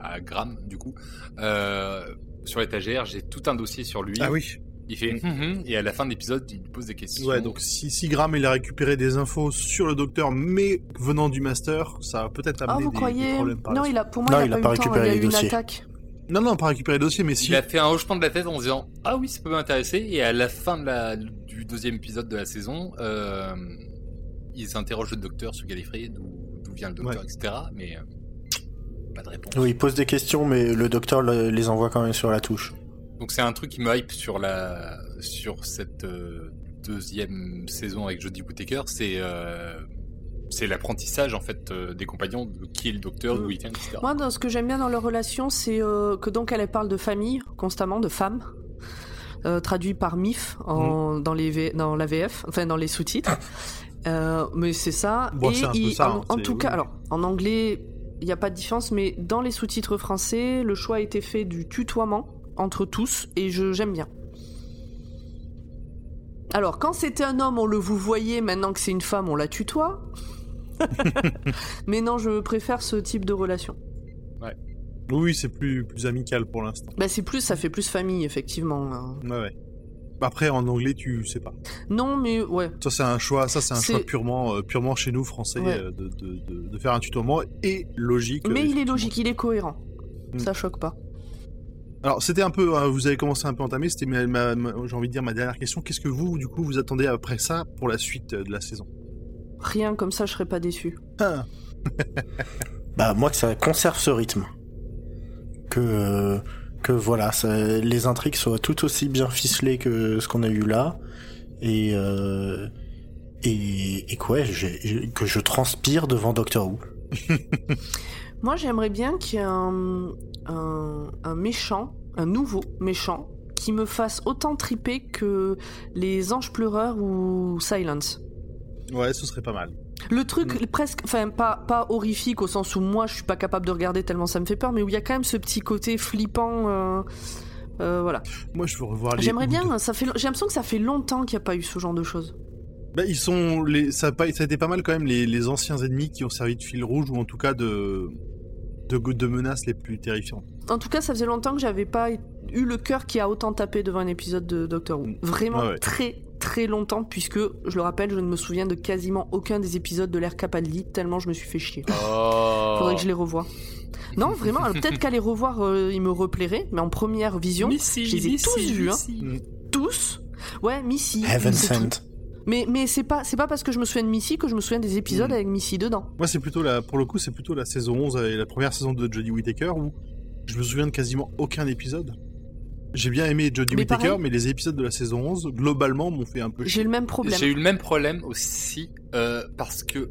[SPEAKER 4] à Gram du coup euh, sur l'étagère j'ai tout un dossier sur lui.
[SPEAKER 2] Ah oui.
[SPEAKER 4] Il fait hum, hum et à la fin de l'épisode il lui pose des questions.
[SPEAKER 2] Ouais, donc si, si Graham il a récupéré des infos sur le docteur, mais venant du master, ça a peut-être
[SPEAKER 5] Ah,
[SPEAKER 2] amené
[SPEAKER 5] vous
[SPEAKER 2] des, des
[SPEAKER 5] croyez
[SPEAKER 2] problèmes par
[SPEAKER 5] Non,
[SPEAKER 2] la
[SPEAKER 5] il a pour moi,
[SPEAKER 6] Non,
[SPEAKER 5] il a pas, eu le temps. Il
[SPEAKER 6] récupéré
[SPEAKER 5] y a
[SPEAKER 6] les
[SPEAKER 5] eu une
[SPEAKER 6] dossiers.
[SPEAKER 5] attaque.
[SPEAKER 2] suite. Non, non, pas récupéré le dossier, mais si.
[SPEAKER 4] Il a fait un hochement de la tête en disant Ah oui, ça peut m'intéresser. Et à la fin de la- du deuxième épisode de la saison, euh, ils interrogent le docteur sur Gallifrey, d'où d'où vient le docteur, etc. Mais euh, pas de réponse.
[SPEAKER 6] Oui, il pose des questions, mais le docteur le- les envoie quand même sur la touche.
[SPEAKER 4] Donc c'est un truc qui me hype sur, la, sur cette euh, deuxième saison avec Jodie Whittaker. C'est. euh, c'est l'apprentissage en fait euh, des compagnons de qui est le docteur,
[SPEAKER 5] Mm.
[SPEAKER 4] d'où il vient, etc.
[SPEAKER 5] Moi, dans ce que j'aime bien dans leur relation, c'est euh, que donc elle elle parle de famille constamment, de femme, euh, traduit par MIF
[SPEAKER 2] Mm.
[SPEAKER 5] en, dans, les V- dans la VF, enfin dans les sous-titres. Euh, mais c'est ça.
[SPEAKER 2] Bon, c'est un peu ça,
[SPEAKER 5] en,
[SPEAKER 2] hein,
[SPEAKER 5] en
[SPEAKER 2] c'est-
[SPEAKER 5] tout
[SPEAKER 2] oui,
[SPEAKER 5] cas,
[SPEAKER 2] oui.
[SPEAKER 5] alors en anglais, il n'y a pas de différence, mais dans les sous-titres français, le choix a été fait du tutoiement entre tous, et je j'aime bien. Alors, quand c'était un homme, on le vous voyez, maintenant que c'est une femme, on la tutoie. mais non, je préfère ce type de relation.
[SPEAKER 2] Oui, c'est plus, plus amical pour l'instant.
[SPEAKER 5] Bah c'est plus, ça fait plus famille effectivement. euh.
[SPEAKER 2] Ouais, ouais. Après, en anglais, tu sais pas.
[SPEAKER 5] Non mais ouais.
[SPEAKER 2] Ça, c'est un choix, ça, c'est un
[SPEAKER 5] C'est-
[SPEAKER 2] choix purement, euh, purement chez nous, français,
[SPEAKER 5] Ouais.
[SPEAKER 2] euh, de, de- de- de faire un tutoiement et logique. euh,
[SPEAKER 5] Mais il est
[SPEAKER 2] effectivement.
[SPEAKER 5] logique, il est cohérent.
[SPEAKER 2] Mm.
[SPEAKER 5] Ça choque pas.
[SPEAKER 2] Alors, c'était un peu, hein, vous avez commencé un peu entamé, c'était, ma- ma- ma- j'ai envie de dire, ma dernière question. Qu'est-ce que vous, du coup, vous attendez après ça pour la suite euh, de la saison
[SPEAKER 5] Rien comme ça, je serais pas déçu.
[SPEAKER 2] Ah,
[SPEAKER 6] Bah moi que ça conserve ce rythme. Que euh, que voilà, ça- les intrigues soient tout aussi bien ficelées que ce qu'on a eu là et euh, et, et quoi, j'ai- j'ai- que je transpire devant Doctor Who.
[SPEAKER 5] Moi j'aimerais bien qu'il y ait un, un, un méchant, un nouveau méchant, qui me fasse autant triper que les anges pleureurs ou Silence.
[SPEAKER 2] Ouais, ce serait pas mal.
[SPEAKER 5] Le
[SPEAKER 2] Mm.
[SPEAKER 5] truc presque, enfin pas, pas horrifique au sens où moi je suis pas capable de regarder tellement ça me fait peur, mais où il y a quand même ce petit côté flippant. euh, euh, voilà.
[SPEAKER 2] Moi, je veux revoir Ah, les.
[SPEAKER 5] J'aimerais
[SPEAKER 2] Hoods.
[SPEAKER 5] bien, ça fait, j'ai l'impression que ça fait longtemps qu'il n'y a pas eu ce genre de choses.
[SPEAKER 2] Bah, ils sont les, ça, a pas- ça a été pas mal quand même les, les anciens ennemis qui ont servi de fil rouge ou en tout cas de de, de menaces les plus terrifiantes.
[SPEAKER 5] En tout cas, ça faisait longtemps que j'avais pas eu le cœur qui a autant tapé devant un épisode de Doctor Who.
[SPEAKER 2] Mm.
[SPEAKER 5] Vraiment
[SPEAKER 2] Ouais, ouais.
[SPEAKER 5] très très longtemps, puisque je le rappelle, je ne me souviens de quasiment aucun des épisodes de l'ère Capaldi, tellement je me suis fait chier.
[SPEAKER 4] Oh.
[SPEAKER 5] Faudrait que je les revois. Non, vraiment, alors peut-être qu'à les revoir, euh, ils me replairaient, mais en première vision,
[SPEAKER 4] Mais si,
[SPEAKER 5] je les ai
[SPEAKER 4] mais
[SPEAKER 5] tous
[SPEAKER 4] si,
[SPEAKER 5] vus,
[SPEAKER 4] mais
[SPEAKER 5] hein.
[SPEAKER 4] si.
[SPEAKER 5] tous. Ouais, Missy.
[SPEAKER 6] Heaven
[SPEAKER 5] c'est tout.
[SPEAKER 6] sent.
[SPEAKER 5] Mais, mais c'est pas, c'est pas parce que je me souviens de Missy que je me souviens des épisodes
[SPEAKER 2] Mm.
[SPEAKER 5] avec Missy dedans.
[SPEAKER 2] Moi, c'est plutôt la, pour le coup, c'est plutôt la saison 11 et la première saison de Jodie Whittaker où je me souviens de quasiment aucun épisode. J'ai bien aimé Jodie
[SPEAKER 5] Mais
[SPEAKER 2] Whittaker,
[SPEAKER 5] pareil.
[SPEAKER 2] mais les épisodes de la saison 11, globalement, m'ont fait un peu
[SPEAKER 5] J'ai
[SPEAKER 2] chier.
[SPEAKER 5] le même problème.
[SPEAKER 4] J'ai eu le même problème aussi euh, parce que.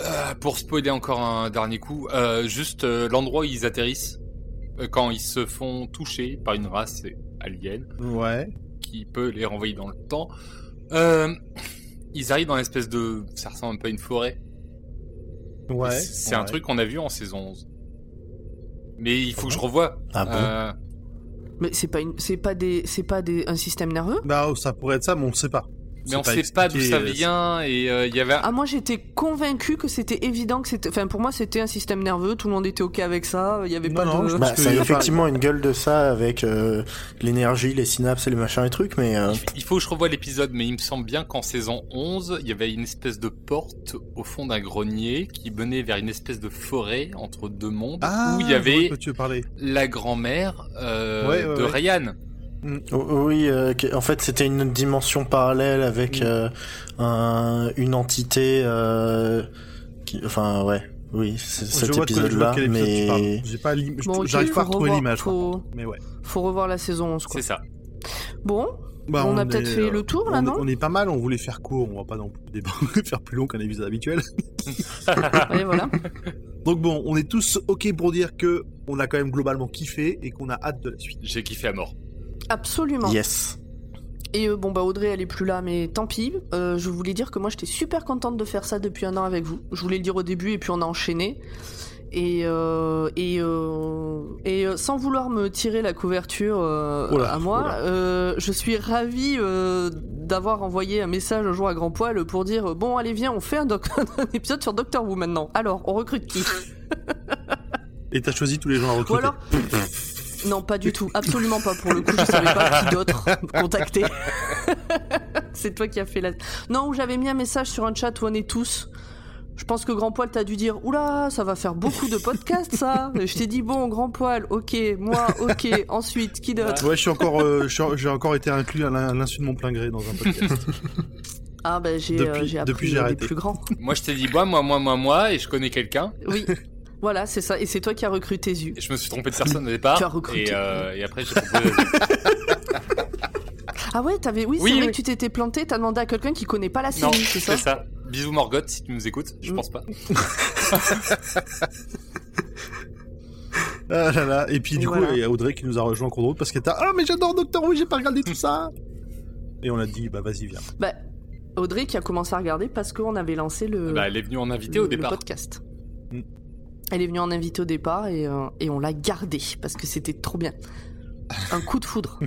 [SPEAKER 4] Euh, pour spoiler encore un dernier coup, euh, juste euh, l'endroit où ils atterrissent, euh, quand ils se font toucher par une race alien
[SPEAKER 2] Ouais.
[SPEAKER 4] qui peut les renvoyer dans le temps, euh, ils arrivent dans une espèce de. Ça ressemble un peu à une forêt.
[SPEAKER 2] Ouais.
[SPEAKER 4] Et C'est un
[SPEAKER 2] ouais.
[SPEAKER 4] truc qu'on a vu en saison 11. Mais il faut que je revoie.
[SPEAKER 6] Ah bon.
[SPEAKER 4] Euh,
[SPEAKER 5] Mais c'est pas une, c'est pas des, c'est pas des, un système nerveux.
[SPEAKER 2] oh, Bah, ça pourrait être ça, mais on ne sait pas.
[SPEAKER 4] Mais on
[SPEAKER 2] pas
[SPEAKER 4] sait pas d'où ça
[SPEAKER 2] expliqué, euh,
[SPEAKER 4] vient et euh, il y avait un-
[SPEAKER 5] Ah, moi j'étais convaincu que c'était évident que c'était. Enfin, pour moi c'était un système nerveux, tout le monde était ok avec ça, il y avait
[SPEAKER 2] Non,
[SPEAKER 5] pas
[SPEAKER 2] non,
[SPEAKER 5] de.
[SPEAKER 2] je-
[SPEAKER 6] Bah,
[SPEAKER 2] Parce que
[SPEAKER 6] ça a
[SPEAKER 2] y a pas-
[SPEAKER 6] effectivement une gueule de ça avec euh, l'énergie, les synapses et les machins et trucs, mais euh,
[SPEAKER 4] il f- il faut que je revoie l'épisode, mais il me semble bien qu'en saison 11, il y avait une espèce de porte au fond d'un grenier qui menait vers une espèce de forêt entre deux mondes
[SPEAKER 5] Ah,
[SPEAKER 4] où il y
[SPEAKER 2] Ah, je vois de
[SPEAKER 4] avait
[SPEAKER 2] quoi tu veux parler.
[SPEAKER 4] la grand-mère euh,
[SPEAKER 2] Ouais, ouais,
[SPEAKER 4] de
[SPEAKER 2] ouais.
[SPEAKER 4] Ryan.
[SPEAKER 6] o- oui, euh, que- en fait c'était une dimension parallèle avec
[SPEAKER 2] Mm.
[SPEAKER 6] euh, un- une entité, euh, qui, enfin ouais, oui, c'est
[SPEAKER 2] Je
[SPEAKER 6] cet
[SPEAKER 2] vois de quoi- je vois
[SPEAKER 6] épisode-là,
[SPEAKER 2] de quel épisode tu
[SPEAKER 6] mais
[SPEAKER 2] parles. J'ai pas l'im- je-
[SPEAKER 5] Bon, ok,
[SPEAKER 2] J'arrive pas à
[SPEAKER 5] faut
[SPEAKER 2] retrouver
[SPEAKER 5] revoir-
[SPEAKER 2] l'image. par
[SPEAKER 5] faut-
[SPEAKER 2] contre. Mais ouais.
[SPEAKER 5] Faut revoir la saison 11 quoi.
[SPEAKER 4] C'est ça.
[SPEAKER 5] Bon,
[SPEAKER 2] Bah,
[SPEAKER 5] on, a
[SPEAKER 2] est,
[SPEAKER 5] peut-être
[SPEAKER 2] euh,
[SPEAKER 5] fait le tour là,
[SPEAKER 2] on, est-
[SPEAKER 5] non
[SPEAKER 2] on est pas mal, on voulait faire court, on va pas non plus dé- faire plus long qu'un épisode habituel.
[SPEAKER 5] Ouais, voilà.
[SPEAKER 2] Donc bon, on est tous ok pour dire que on a quand même globalement kiffé et qu'on a hâte de la suite.
[SPEAKER 4] J'ai kiffé à mort.
[SPEAKER 5] Absolument.
[SPEAKER 6] yes.
[SPEAKER 5] Et euh, bon, bah Audrey, elle est plus là, mais tant pis. Euh, je voulais dire que moi, j'étais super contente de faire ça depuis un an avec vous. Je voulais le dire au début, et puis on a enchaîné. Et, euh, et, euh, et euh, sans vouloir me tirer la couverture euh,
[SPEAKER 2] Oh là,
[SPEAKER 5] à moi,
[SPEAKER 2] oh là.
[SPEAKER 5] euh, je suis ravie euh, d'avoir envoyé un message un jour à Grand Poil pour dire euh, Bon, allez, viens, on fait un, doc- un épisode sur Doctor Who maintenant. Alors, on recrute qui
[SPEAKER 2] Et t'as choisi tous les gens à
[SPEAKER 5] Ou
[SPEAKER 2] recruter.
[SPEAKER 5] alors. Non, pas du tout, absolument pas pour le coup, je savais pas qui d'autre contacter. C'est toi qui as fait la. Non, où j'avais mis un message sur un chat où on est tous. Je pense que Grand Poil t'a dû dire Oula, ça va faire beaucoup de podcasts ça Et Je t'ai dit Bon, Grand Poil, ok, moi, ok, ensuite, qui d'autre
[SPEAKER 2] Ouais, je suis encore, euh, je suis- j'ai encore été inclus à l'in- à l'insu de mon plein gré dans un podcast.
[SPEAKER 5] Ah, ben j'ai euh,
[SPEAKER 2] Depuis-
[SPEAKER 5] j'ai
[SPEAKER 2] depuis,
[SPEAKER 5] appris
[SPEAKER 2] j'ai
[SPEAKER 5] les
[SPEAKER 2] arrêté.
[SPEAKER 5] plus grands.
[SPEAKER 4] moi, je t'ai dit moi, moi, moi, moi, moi, et je connais quelqu'un.
[SPEAKER 5] Oui, voilà, c'est ça. Et c'est toi qui as recruté Zu.
[SPEAKER 4] Et Je me suis trompé de personne au départ.
[SPEAKER 5] Tu as recruté.
[SPEAKER 4] Et, euh, et après, j'ai proposé.
[SPEAKER 5] Ah ouais, t'avais. Oui,
[SPEAKER 4] Oui,
[SPEAKER 5] c'est vrai
[SPEAKER 4] oui.
[SPEAKER 5] que tu t'étais planté, t'as demandé à quelqu'un qui connaît pas la
[SPEAKER 4] non,
[SPEAKER 5] série, c'est
[SPEAKER 4] c'est
[SPEAKER 5] ça
[SPEAKER 4] ça. Bisous Morgoth, si tu nous écoutes. Je
[SPEAKER 5] Mm.
[SPEAKER 4] pense pas.
[SPEAKER 2] ah là là. Et puis du coup,
[SPEAKER 5] Voilà.
[SPEAKER 2] il y a Audrey qui nous a rejoint en cours de route parce qu'elle t'a. Ah mais j'adore Doctor Who, j'ai pas regardé tout ça. Et on a dit bah vas-y viens.
[SPEAKER 5] Bah, Audrey qui a commencé à regarder parce qu'on avait lancé le,
[SPEAKER 4] Bah, elle est venue en invité
[SPEAKER 5] Euh, le-
[SPEAKER 4] au
[SPEAKER 5] le
[SPEAKER 4] départ.
[SPEAKER 5] podcast.
[SPEAKER 2] Mm.
[SPEAKER 5] Elle est venue en invité au départ et, euh, et on l'a gardée parce que c'était trop bien. Un coup de foudre.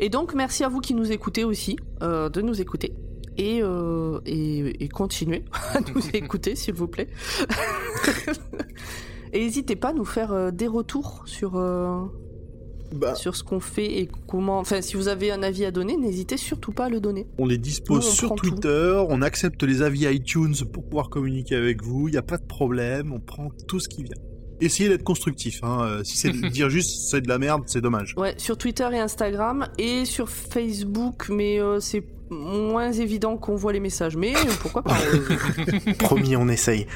[SPEAKER 5] et donc, merci à vous qui nous écoutez aussi, euh, de nous écouter. Et, euh, et, et continuez à nous écouter, s'il vous plaît. et n'hésitez pas à nous faire euh, des retours sur, euh,
[SPEAKER 2] Bah,
[SPEAKER 5] sur ce qu'on fait et comment. Enfin, si vous avez un avis à donner, n'hésitez surtout pas à le donner.
[SPEAKER 2] On les dispose
[SPEAKER 5] Nous, on
[SPEAKER 2] sur
[SPEAKER 5] prend tout.
[SPEAKER 2] Twitter, on accepte les avis iTunes pour pouvoir communiquer avec vous, il n'y a pas de problème, on prend tout ce qui vient. Essayez d'être constructif, hein. euh, si c'est de dire juste c'est de la merde, c'est dommage.
[SPEAKER 5] Ouais, sur Twitter et Instagram et sur Facebook, mais euh, c'est moins évident qu'on voit les messages. Mais euh, pourquoi pas euh,
[SPEAKER 6] Promis, on essaye.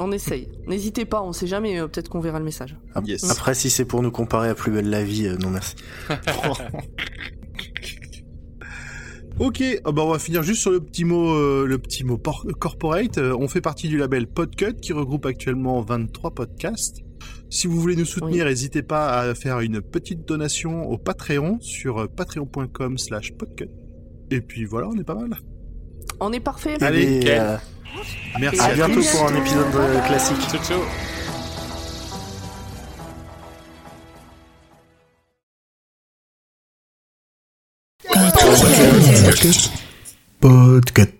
[SPEAKER 5] On essaye. N'hésitez pas, on sait jamais, euh, peut-être qu'on verra le message.
[SPEAKER 6] Ap-
[SPEAKER 2] Yes.
[SPEAKER 6] Après, si c'est pour nous comparer à Plus belle la vie, euh, non merci.
[SPEAKER 2] Ok, ah bah on va finir juste sur le petit mot, euh, le petit mot por- corporate. Euh, on fait partie du label Podcut qui regroupe actuellement 23 podcasts. Si vous voulez nous soutenir, n'hésitez pas à faire une petite donation au Patreon sur euh, patreon.com slash podcut. Et puis voilà, on est pas mal.
[SPEAKER 5] On est parfait.
[SPEAKER 2] Allez,
[SPEAKER 6] Et, euh,
[SPEAKER 2] Merci
[SPEAKER 5] À
[SPEAKER 6] à
[SPEAKER 2] à
[SPEAKER 6] bientôt
[SPEAKER 2] tous.
[SPEAKER 6] pour un épisode euh, classique.
[SPEAKER 4] Ciao, ciao.
[SPEAKER 6] Podcast.